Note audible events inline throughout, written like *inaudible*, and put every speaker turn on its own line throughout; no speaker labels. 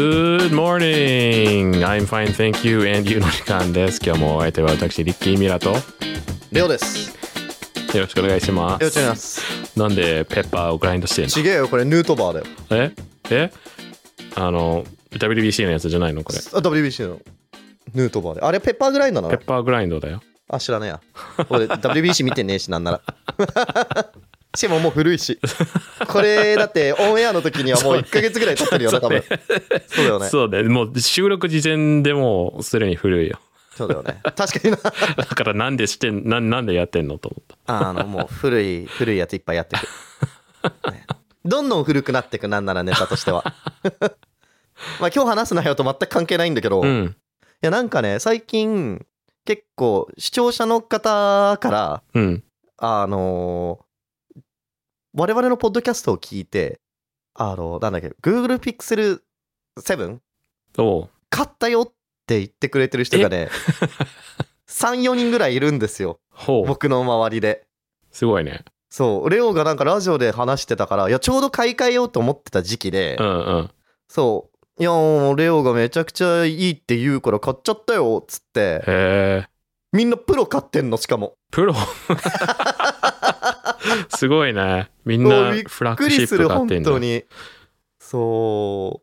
Good morning! I'm fine, thank you, and you の時間です。今日もお相手は私、リッキー・ミラとよ
レオです。
ろしくお願いしま
レオちゃん
す。
ます。
なんでペッパーをグラインドしてん
ちげえよ、これヌートバーだよ。
のええあの、WBC のやつじゃないのこれ。
あ WBC のヌートバーで。あれ、ペッパーグラインドな
ペ
の
ッパーグラインドだよ。
あ、知らねえや。俺、WBC 見てねえし、なん *laughs* なら。しかももう古いし。これ、だってオンエアの時にはもう1ヶ月ぐらい経ってるよな、多分。そうだよね。
そうね。もう収録時点でもうすでに古いよ。
そうだよね。確かにな。
だからなんでしてん、なんなんでやってんのと思った。
あの、もう古い、古いやついっぱいやってく。ねどんどん古くなってく、なんならネタとしては。まあ今日話す内容と全く関係ないんだけど、
うん。
いやなんかね最近結構視聴者の方から
うん。
あのー我々のポッドキャストを聞いてあのなんだっけ Google Pixel 7
おう
買ったよって言ってくれてる人が *laughs* ね34人ぐらいいるんですよ
ほう。
僕の周りで。
すごいね。
そうレオがなんかラジオで話してたからいやちょうど買い替えようと思ってた時期で、
うんうん。
そういやもうレオがめちゃくちゃいいって言うから買っちゃったよっつって
へえ。
みんなプロ買ってんのしかも
プロ *laughs* すごいね。みんな
そうびっ
フラッ
び
グ
っく
シ
り
ッ
す
プ
る
買っ
本
てんだ
当。にそう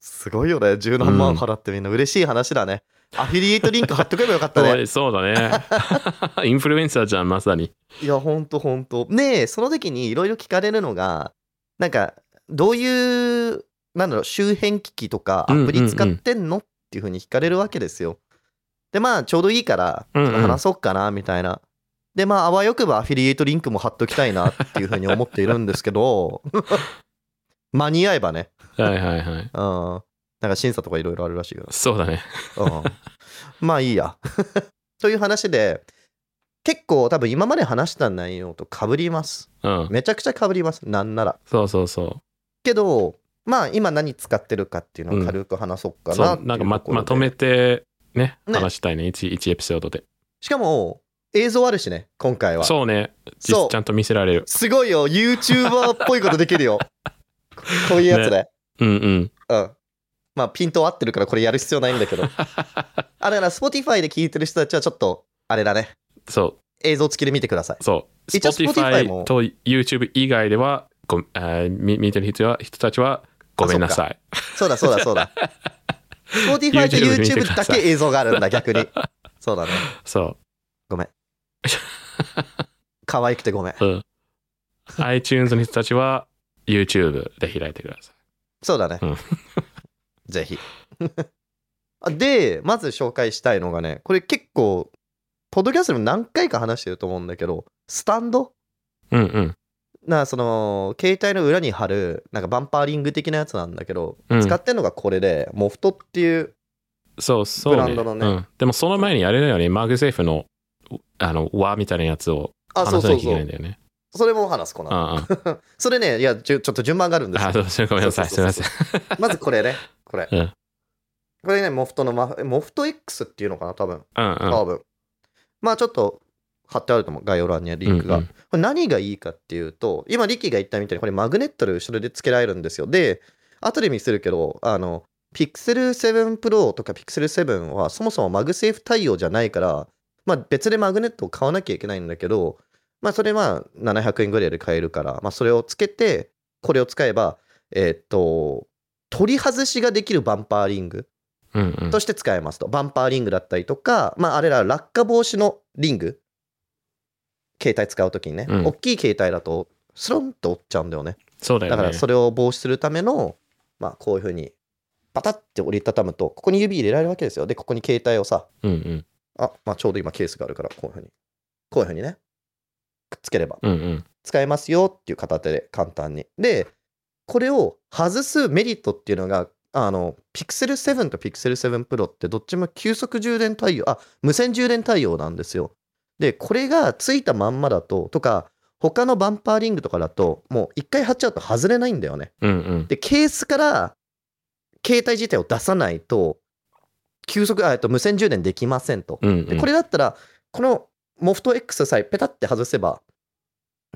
すごいよね十何万払ってみんな嬉しい話だね、アフィリエイトリンク貼っとけばよか *laughs* った
そ
ね
うそうだね。 *laughs* インフルエンサーじゃん、まさに。
いやほんとほんとねえその時にいろいろ聞かれるのがなんかどういうなんだろう周辺機器とかアプリ使ってんの、っていうふうに聞かれるわけですよでまあちょうどいいから
うんうん
話そうかなみたいな、でまああわよくばアフィリエイトリンクも貼っときたいなっていうふうに思っているんですけ *laughs* ど間に合えばね
はいはいはい。
うん。なんか審査とかいろいろあるらし
*laughs*
いけ
そうだね。
ど。うん。まあいいや。 *laughs* という話で、結構多分今まで話した内容と被ります。
うん。
めちゃくちゃ被ります。なんなら。
そうそうそ
けど、まあ今何使ってるかっていうのを軽く話そう
う。
か
そ
な
うなんか
っていう
ま
ところで
まとめてね、
ね
話したいね。1, 一エピソードで。
しかも映像あるしね、今回は。
そうね。実
そう
ちゃんと見せられる。
すごいよ。YouTuber っぽいことでき
*laughs*
るよ。こういうやつね
うんうん。
うん。まあ、ピント合ってるからこれやる必要ないん
*laughs*
だけど。あ、だから Spotify で聞いてる人たちはちょっと、あれだね。
そ
映像付きで見てください。
う。そう。
一応 Spotify
Spotify
も
と YouTube 以外では、ごあーみ見てる人は人たちはごめんなさい。
そうだそう
*laughs*
だそうだ。Spotify と
YouTube で見てく
YouTube
だ
だ
さい
け映像があるんだ、逆に。そうだね。
そう。
可愛くてごめん。
うん。iTunes の人たちは YouTube で開いてくださ
そうだね
うん。
ぜひ。あで、まず紹介したいのがね、これ結構、ポッドキャストでも何回か話してると思うんだけど、スタンド
い。うんうん。
なその携帯の裏に貼るなんかバンパーリング的なやつなんだけど、
うん
使ってんのがこれでモフトっていう
そうそう、ね。
ブランドのね
うん。でもその前にあれだよね、マグセーフの、あの、和みたいなやつを
あ
話
そ
さ
う
なきゃいうけ
そそ
ないん
う
だよね。
それも話すこ
う
の
んうん。
それねいやちょちょっと順番があるんです
あ、
よ
どうしようごめんなさい。す
そ
み
う
ま
そ
せ。
うんまずこれねこれ、
うん
これねモフトのマモフト X っていうのかな多分
うんうん。
多分、まあちょっと貼ってあると思う概要欄にはリンクが、
うんうん
これ何がいいかっていうと今リキが言ったみたいにこれマグネットで後ろで付けられるんですよで後で見せるけどあの Pixel7 Pro とか Pixel7 はそもそもマグセーフ対応じゃないから、まあ、別でマグネットを買わなきゃいけないんだけど、まあ、それは700円ぐらいで買えるから、まあ、それをつけてこれを使えばえーっと取り外しができるバンパーリング
うんうん
として使えますと。バンパーリングだったりとか、まあ、あれら落下防止のリング。携帯使うときにね、
うん
大きい携帯だと、スロンって折っちゃうんだよね。
そうだよ
だ
ね。
からそれを防止するための、まあ、こういうふうに、パタって折りたたむと、ここに指入れられるわけですよ。で、ここに携帯をさ、
うんうん。
あ、まあ、ちょうど今ケースがあるから、こういうふうに、こういうふうにね、くっつければ
うんうん。
使えますよっていう片手で簡単に。で、これを外すメリットっていうのが、あの、Pixel 7と Pixel 7 Pro ってどっちも急速充電対応、あ、無線充電対応なんですよ。で、これがついたまんまだと、とか、他のバンパーリングとかだと、もう一回貼っちゃうと外れないんだよね。
うんうん。
で、ケースから携帯自体を出さないと、急速、あえっと、無線充電できませんと。
うんう
で
ん。
これだったらこのモフト X さえペタって外せば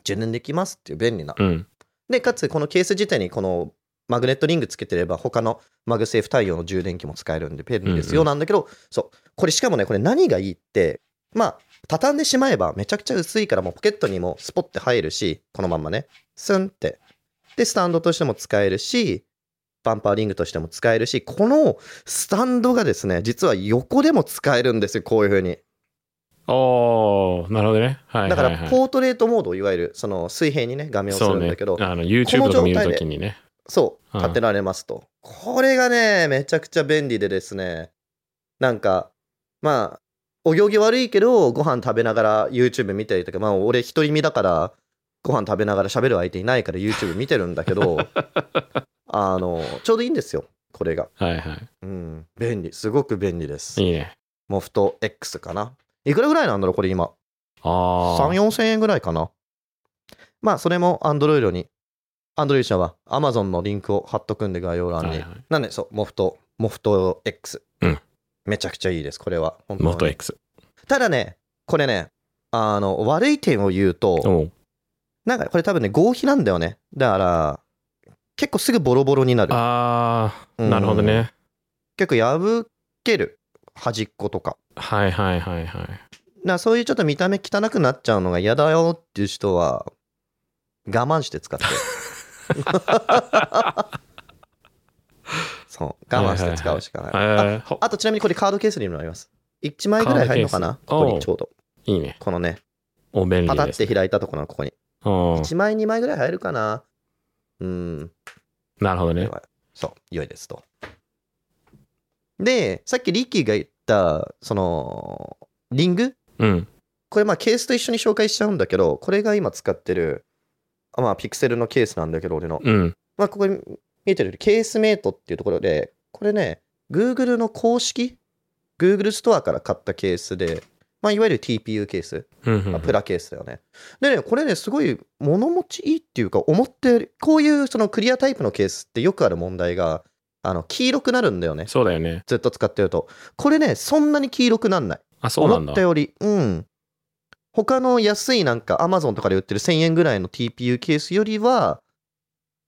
充電できますっていう便利な
うん。
でかつこのケース自体にこのマグネットリングつけてれば、他のマグセーフ対応の充電器も使えるんで便利です
う
よ
ん
なんだけど、そう、これしかもね、これ何がいいって、まあ、畳んでしまえばめちゃくちゃ薄いから、もうポケットにもスポッて入るし、このまんまね、スンって。で、スタンドとしても使えるし、バンパーリングとしても使えるし、このスタンドがですね、実は横でも使えるんですよ、こういう風に。
おー、なるほどね。はい
だ
はい、は
か
い。
らポートレートモード、いわゆるその水平にね、画面をす
そ
る
うんね
だけど、そう,、
あの YouTube とか見るときにね。うん
立てられますと。これがね、めちゃくちゃ便利でですね、なんか、まあ、お行儀悪いけど、ご飯食べながら YouTube 見たりとか、まあ、俺、独り身だから、ご飯食べながら喋る相手いないから YouTube 見てるんだけ
*laughs*
ど、あの、ちょうどいいんですよ、これが。
はいは
うん、便利、すごく便利です
い。。いいね。
モフト X かな。いくらぐらいなんだろう、これ今。
ああ。
3、4000円ぐらいかな。まあ、それも Android に、Android 社は Amazon のリンクを貼っとくんで概要欄に。
はいはい
なんで、そう、モフト、モフト X。
うん
めちゃくちゃいいです、これは。本当に
元 X。
ただね、これね、あの、悪い点を言うと、
おう
なんかこれ多分ね、合皮なんだよね。だから、結構すぐボロボロになる。
ああ、
うん
なるほどね。
結構破ける、端っことか。
はいはいはいはい。
だからそういうちょっと見た目汚くなっちゃうのが嫌だよっていう人は我慢して使ってそう我慢して使うしかない,、
えーほ
ああとちなみにこれカードケースにもなります1枚ぐらい入るのかな
カードケー
こ
ス
こにちょうど
いいね。
このね
お便
パ
利
タ
で
っ
す。
て開いたところのここに
うん。
1枚2枚ぐらい入るかなうん
なるほど
これ
ね。
はそう良いですとでさっきリッキーが言ったそのリング
うん。
これまあケースと一緒に紹介しちゃうんだけど、これが今使ってる、あまあピクセルのケースなんだけど、俺の。
うん。
まあここに見えてるケースメイトっていうところで、これね、Google の公式、Google ストアから買ったケースで、まあいわゆる TPU ケース、
うんう
まあ
ん。
プラケースだよね。でね、これね、すごい物持ちいいっていうか、思ってる、こういうそのクリアタイプのケースってよくある問題が、あの、黄色くなるんだよね。
そうだよね。
ずっと使ってると。これね、そんなに黄色くなんない。
あ、そうなん
思っ
だ
た。より、うん。他の安いなんか Amazon とかで売ってる1000円ぐらいの TPU ケースよりは、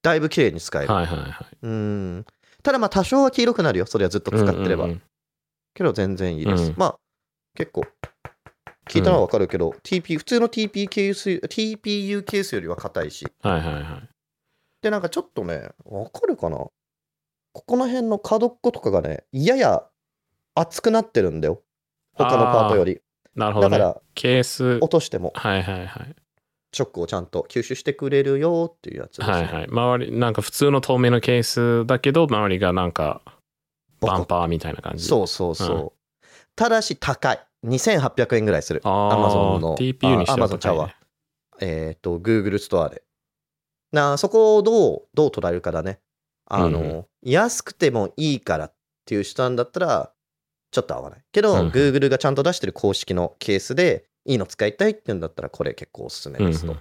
だいぶ綺麗に使える。
はいはいはい。
うん。ただまあ多少は黄色くなるよ。それはずっと使ってれば。
うんうんうん
けど全然いいです。
うん
まあ、結構、聞いたのはわかるけど、TP、普通の TP ケース、TPU ケースよりは硬いし。
はいはいはい。
で、なんかちょっとね、わかるかなここの辺の角っことかがね、やや厚くなってるんだよ。他のパートより。
なるほど
だか
ね。
ら、
ケース。
落としても。
はいはいはい。
ショックをちゃんと吸収してくれるよっていうやつです、ね。
はいはい。周り、なんか普通の透明のケースだけど、周りがなんかバンパーみたいな感じ。う。
そうそうそう。ただし高い。2800円ぐらいする。
あ
Amazon
あ、
の
TPU にして
あ
は
Amazon ち
高
ゃ
いうね
わ。えっ、と、Google ストアで。なあそこをどう、どう捉えるかだね。あの、
うん
安くてもいいからっていう人なんだったら、ちょっと合わない。けど、
うん
Google がちゃんと出してる公式のケースで、いいの使いたいっていうんだったら、これ結構おすすめ
うんう
ですと。
ん。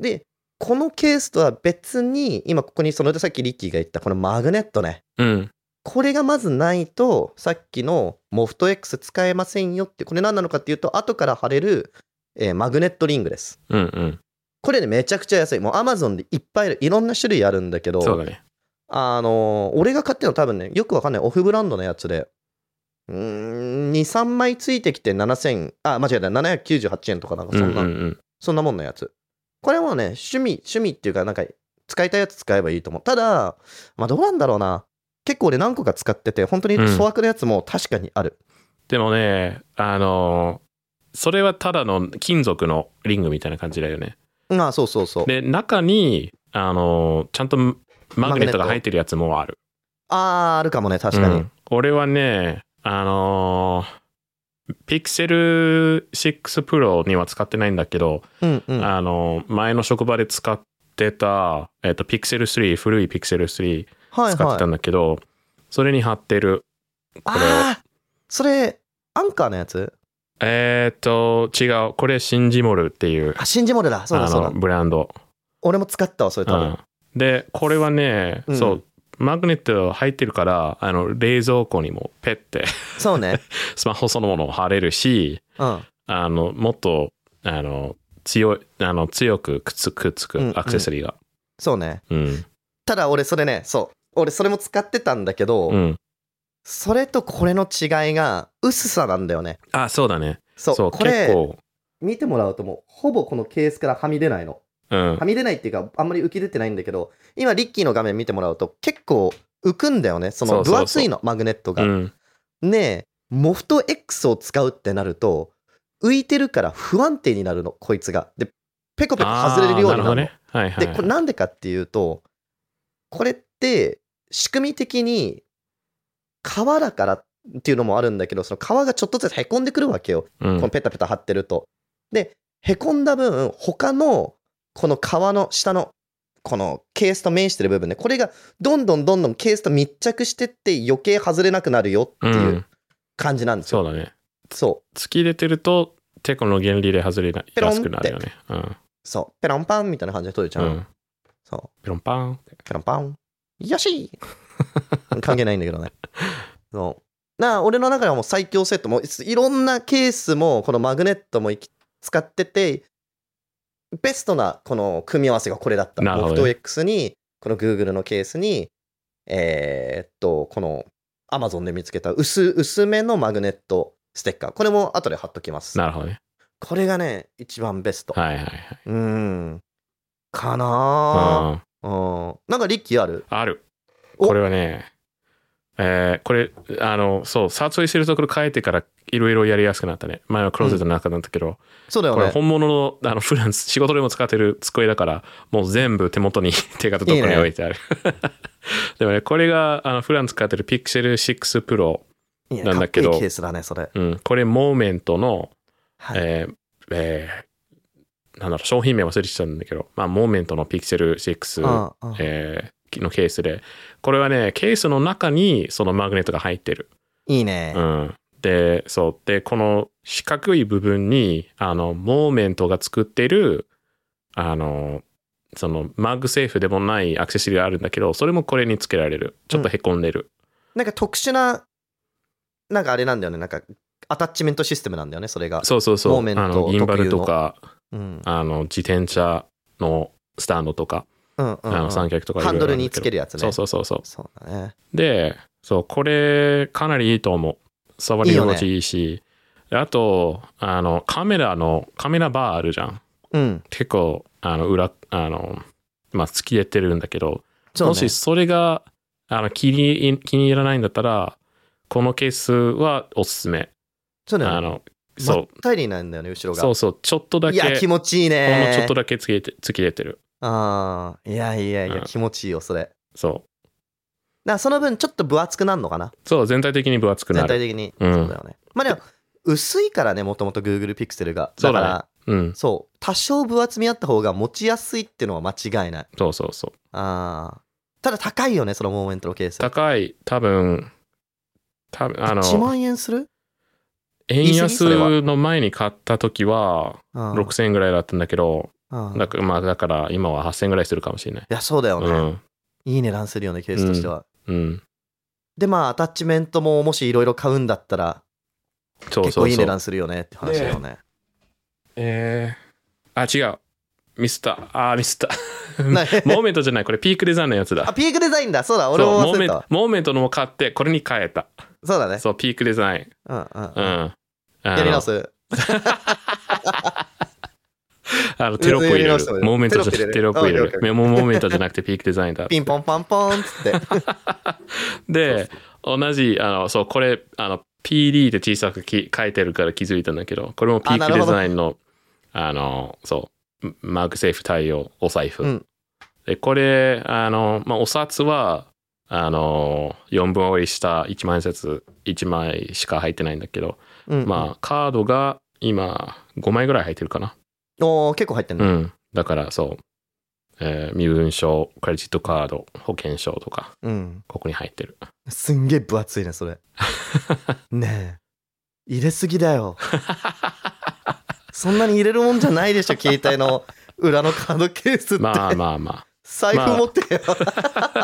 で、このケースとは別に、今ここにそのさっきリッキーが言ったこのマグネットね。
うん。
これがまずないと、さっきのモフト X 使えませんよって、これ何なのかっていうと、後から貼れる、えーマグネットリングです。
うんうん。
これね、めちゃくちゃ安い。もう Amazon でいっぱいあるいろんな種類あるんだけど、
そうだね。
あのー俺が買ってるの多分ね、よくわかんないオフブランドのやつで、うーん、2、3枚ついてきて7000、あ、間違えた、798円とかなんか
うん
そ
うんんう
な、
ん。
そんなもんのやつ。これはもうね、趣味、趣味っていうか、なんか、使いたいやつ使えばいいと思う。ただ、まあどうなんだろうな。結構俺何個か使ってて、本当に
うん
粗悪なやつも確かにある。
でもね、あのーそれはただの金属のリングみたいな感じだよね。
まあそうそうそう。
で、中に、あのーちゃんとマグネットが入ってるやつもある。
あー、あるかもね、確かに。
うん俺はね、あのー、Pixel 6 Pro には使ってないんだけど、
うんうん。
あのー前の職場で使ってた、えっと、Pixel 3、古い Pixel 3
は
使
い
ってた
はい。
んだけど、それに貼ってる。これを
あー、それ、アンカーのやつ
えーっと、違う。これ、シンジモルっていう、
あ、シンジモレだ。そうだ
あ
そう
の、
だ。
ブランド。
俺も使ったわ、それ多
う
分
ん。でこれはね、
うん
そうマグネット入ってるからあの冷蔵庫にもペッて *laughs*
そうね。
スマホそのものを貼れるし
うん。
あのもっとあの強いあの強くくっつくっつ
うん
くアクセサリーが、
そうね。
うん
ただ俺それね、そう。俺それも使ってたんだけど、
うん。
それとこれの違いが薄さなんだよね。
あ、そうだね。
そう。
そう、
こ
結
れ、
構。
見てもらうともう、ほぼこのケースからはみ出ないの。
うん
は。み出ないっていうか、あんまり浮き出てないんだけど、今、リッキーの画面見てもらうと、結構浮くんだよね。そ
そ
の
うそうそう
分厚いの、マグネット
う
が。
ん。
ねえ、モフト X を使うってなると、浮いてるから不安定になるの、こいつが。で、ペコペコ外れるようにな
あーなる
る
ほど
の。
ね。はいはい
で、
はい。
これなんでかっていうと、これって仕組み的に皮だからっていうのもあるんだけど、その皮がちょっとずつへこんでくるわけよ。
うん
このペタペタ張ってると。で、へこんだ分、他のこの皮の下のこのケースと面してる部分ね、これがどんどんどんどんケースと密着してって余計外れなくなるよっていううん感じなんですよ。
そうだね。
そう。
突き出てると、テコの原理で外れな
ペロン
や
って
すくなるよね。うん。
そう。ペロンパンみたいな感じで取れちゃ
う
う。
ん。
そう。
ペロンパーンって。
ペロンパン。よし関係ないんだけ
*laughs*
どね。そう。なあ俺の中ではもう最強セットもいいろんなケースもこのマグネットもいき使っててベストなこの組み合わせがこれだった。
なるほどね
o X にこの Google のケースにえーっとこの Amazon で見つけた薄薄めのマグネットステッカーこれも後で貼っときます。
なるほどね。
これがね一番ベスト。
はいはいはい。
うんか
う
なあ
ん。
うんなんかリッキーある
ある。
お
これはね、えーこれ、あの、そう、撮影してるところ変えてから、いろいろやりやすくなったね。前はクローゼットの中だったけど、
そうだよ
これ
ね。
本物の、あの、普段仕事でも使ってる机だから、もう全部手元に *laughs* 手形どこに置いてある。 *laughs* でもね、これが、あの、普段使ってる Pixel 6 Pro。
いや
なんだけど
かっこいいケースだね、それ。
うん。これ、モーメントの、
はい
えーえーなんだろう、商品名忘れてたんだけど、まあ、モーメントの Pixel 6。
ああああ
えーのケースで、これはね、ケースの中にそのマグネットが入ってる。
いいね
う。ん。で、そう。で、この四角い部分に、あの、モーメントが作ってる、あの、そのマグセーフでもないアクセシリがあるんだけど、それもこれにつけられる。ちょっとへこんでる。
なんか特殊な、なんかあれなんだよね、なんかアタッチメントシステムなんだよね、それが。
そうそうそう。
モーメント
あの、ギンバルとか、
うん。
あの、自転車のスタンドとか、
うんうんうん
あの、三脚とか
ハンドルにつけ
る、
るやつね。
そうそうそうそう。
そうだね。
で、そう、これ、かなりいいと思う。触り心地いいし、であと、あの、カメラの、カメラバーあるじゃん。
うん。
結構、あの、裏、あの、まあ、突き出てるんだけど、
そうね
もしそれが、あの、気に、気に入らないんだったら、このケースはおすすめ。
そうだ
あ
よね。
の、
ま
そ
ったりなんだよね、後ろ
う、
が。
そうそう、ちょっとだ
い
け、
や、気
ほん
持ちいいね。
のちょっとだけ突き出て、突き出てる。
ああ、いやいやいや、
うん
気持ちいいよ、それ。だか
そう。
らその分、ちょっと分厚くなるのかな、
そう、全体的に分厚くな
全体
る。
的に。
うん
そうだよね。まあでも、薄いからね、もともと Google Pixel が。だか
そうだ
ら
ね、うん、
そう多少分厚みあった方が持ちやすいっていうのは間違いない
そうそうそう。
あーただ高いよねそのモーメントのケース
高い、多分、多分、あの、
1万円する
円
言い過ぎそれ
安
は
の前に買った時は
6
6000円ぐらいだったんだけど、
0
だからまあだから今は8000円ぐらいするかもしれない。
いやそうだよ
う
ね、
ん。
いい値段するよねケースとしては、
うん。
でまあアタッチメントももしいろいろ買うんだったら
そう
結
そ
構
う
いい
そ
値
う。
段するよねって話だよね
えー、あ、違う。ミスった。あー、ミス
*laughs*
った。
な
モーメントじゃない。これピークデザインのやつ
あ
だ。
ピークデザインだそうだ
そう
俺も
モ
忘
ーメ
れ
ン
た
ト
わ、
モーメントのも買って、これに変えた。
そうだね
そう、ピークデザイン。
うんうん
う
う
ん。
ん
あ
やり直
の、
す
あのテロップ入れ
やり
る
直した方が。いい
モーメントじゃなくて、テ
テ
ロ
ロ
ッ
ッ
プ
プ
入
入
れ
れる
る。モーメントじゃなくてピークデザインだ。
ピンポンパンポンっつって
で、同じ、あの、そう、これ、あの、PD で小さくき書いてるから気づいたんだけど、これもピ
あ
ー
な
ク
るほ
デ
ど
ザインの、あの、そう、マークセーフ対応、お財布。
うん
で、これ、あの、まあ、お札は、あの、4分折りした1万円札、1枚しか入ってないんだけど、
うん
まあ、カードが今、5枚ぐらい入ってるかな。
おー結構入ってん
う
の、
ん。だから、そう、えー身分証、クレジットカード、保険証とか、
うん、
ここに入って
*laughs*
る。
すんげえ分厚いね、そ
*laughs*
れ。ねえ。入れすぎだよ。そんなに入れるもんじゃないでしょ、携帯の裏のカードケースって。
まあまあまあ。
財布持ってよ。 *laughs*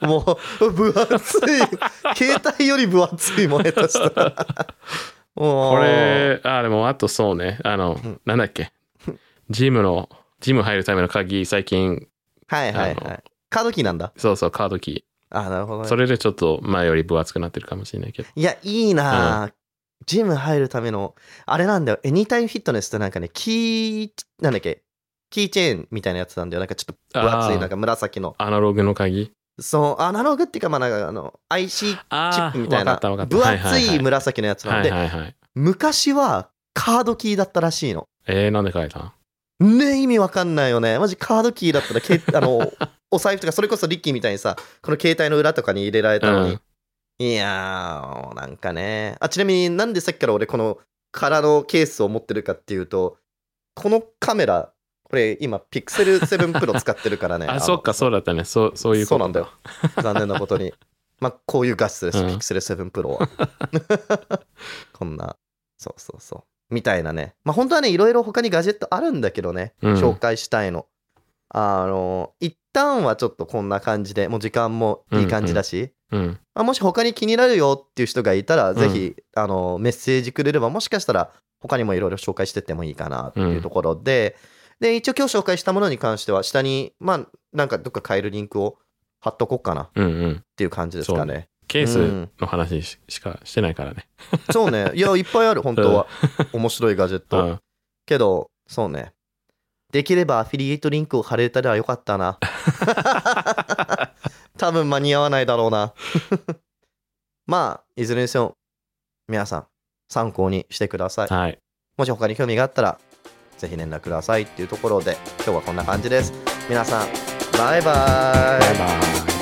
もう、分厚い。携帯より分厚いもん、下手した
*laughs*
ら。
こ
こ、
れ、あ、でも、あとそうね、あの、
うん
なんだっけ、ジムの、ジム入るための鍵、最近、
はいはい
あの
はい。カードキーなんだ。
そうそう、カードキ
あーなるほど、
ー。
ね。
それでちょっと前より分厚くなってるかもしれないけど。
いや、いいなあ、ジム入るための、あれなんだよ、エニタイムフィットネスってなんかね、キー、なんだっけ、キーチェーンみたいなやつなんだよ。なんかちょっと分厚
あ
い、
ー
なんか紫の。
アナログの鍵
そう、アナログっていうか、まあなんかあの、IC チッ
あ
プみたいな、
わかったわかった。
分
は
厚
はいは
紫のやつなん
い。
で、
はいはいはい。
昔はカードキーだったらしいの。
えー、なんで書いたの
ね意味わかんないよね。マジカードキーだったら
*laughs*
け、あの、お財布とか、それこそリッキーみたいにさ、この携帯の裏とかに入れられたのに。いやー、なんかね。あ、ちなみになんでさっきから俺この空のケースを持ってるかっていうと、このカメラ、これ今、ピクセル7 Pro 使ってるから
*laughs*
ね。
あ、
の
そっか、そうだったね。そう、そういうこと。
そうなんだよ。残念なことに。まあ、こういう画質です、
うん
ピクセル7 Pro は。 *laughs* こんな、そうそうそう。みたいなね。まあ、本当はね、いろいろ他にガジェットあるんだけどね、
うん
紹介したいの。あの、一旦はちょっとこんな感じで、もう時間もいい感じだし、
うん。
まあ、もし他に気になるよっていう人がいたら、
ん
ぜひ、あの、メッセージくれれば、もしかしたら他にもいろいろ紹介してってもいいかなっていうところで、で、一応今日紹介したものに関しては、下に、まあ、なんかどっか買えるリンクを貼っとこうかな。
うんうん。
っていう感じですかね。
ケースの話ししかしてないからね。
そうね。いや、いっぱいある、本当は。面白いガジェッ
う
ト。
ん。
けど、そうね。できればアフィリエイトリンクを貼れたらよかったな。多分間に合わないだろうな。 *laughs* まあ、いずれにせよ、皆さん、参考にしてください。
はい。
もし他に興味があったら、ぜひ連絡くださいっていうところで、今日はこんな感じです。皆さん、バイバイ。
バイバイ。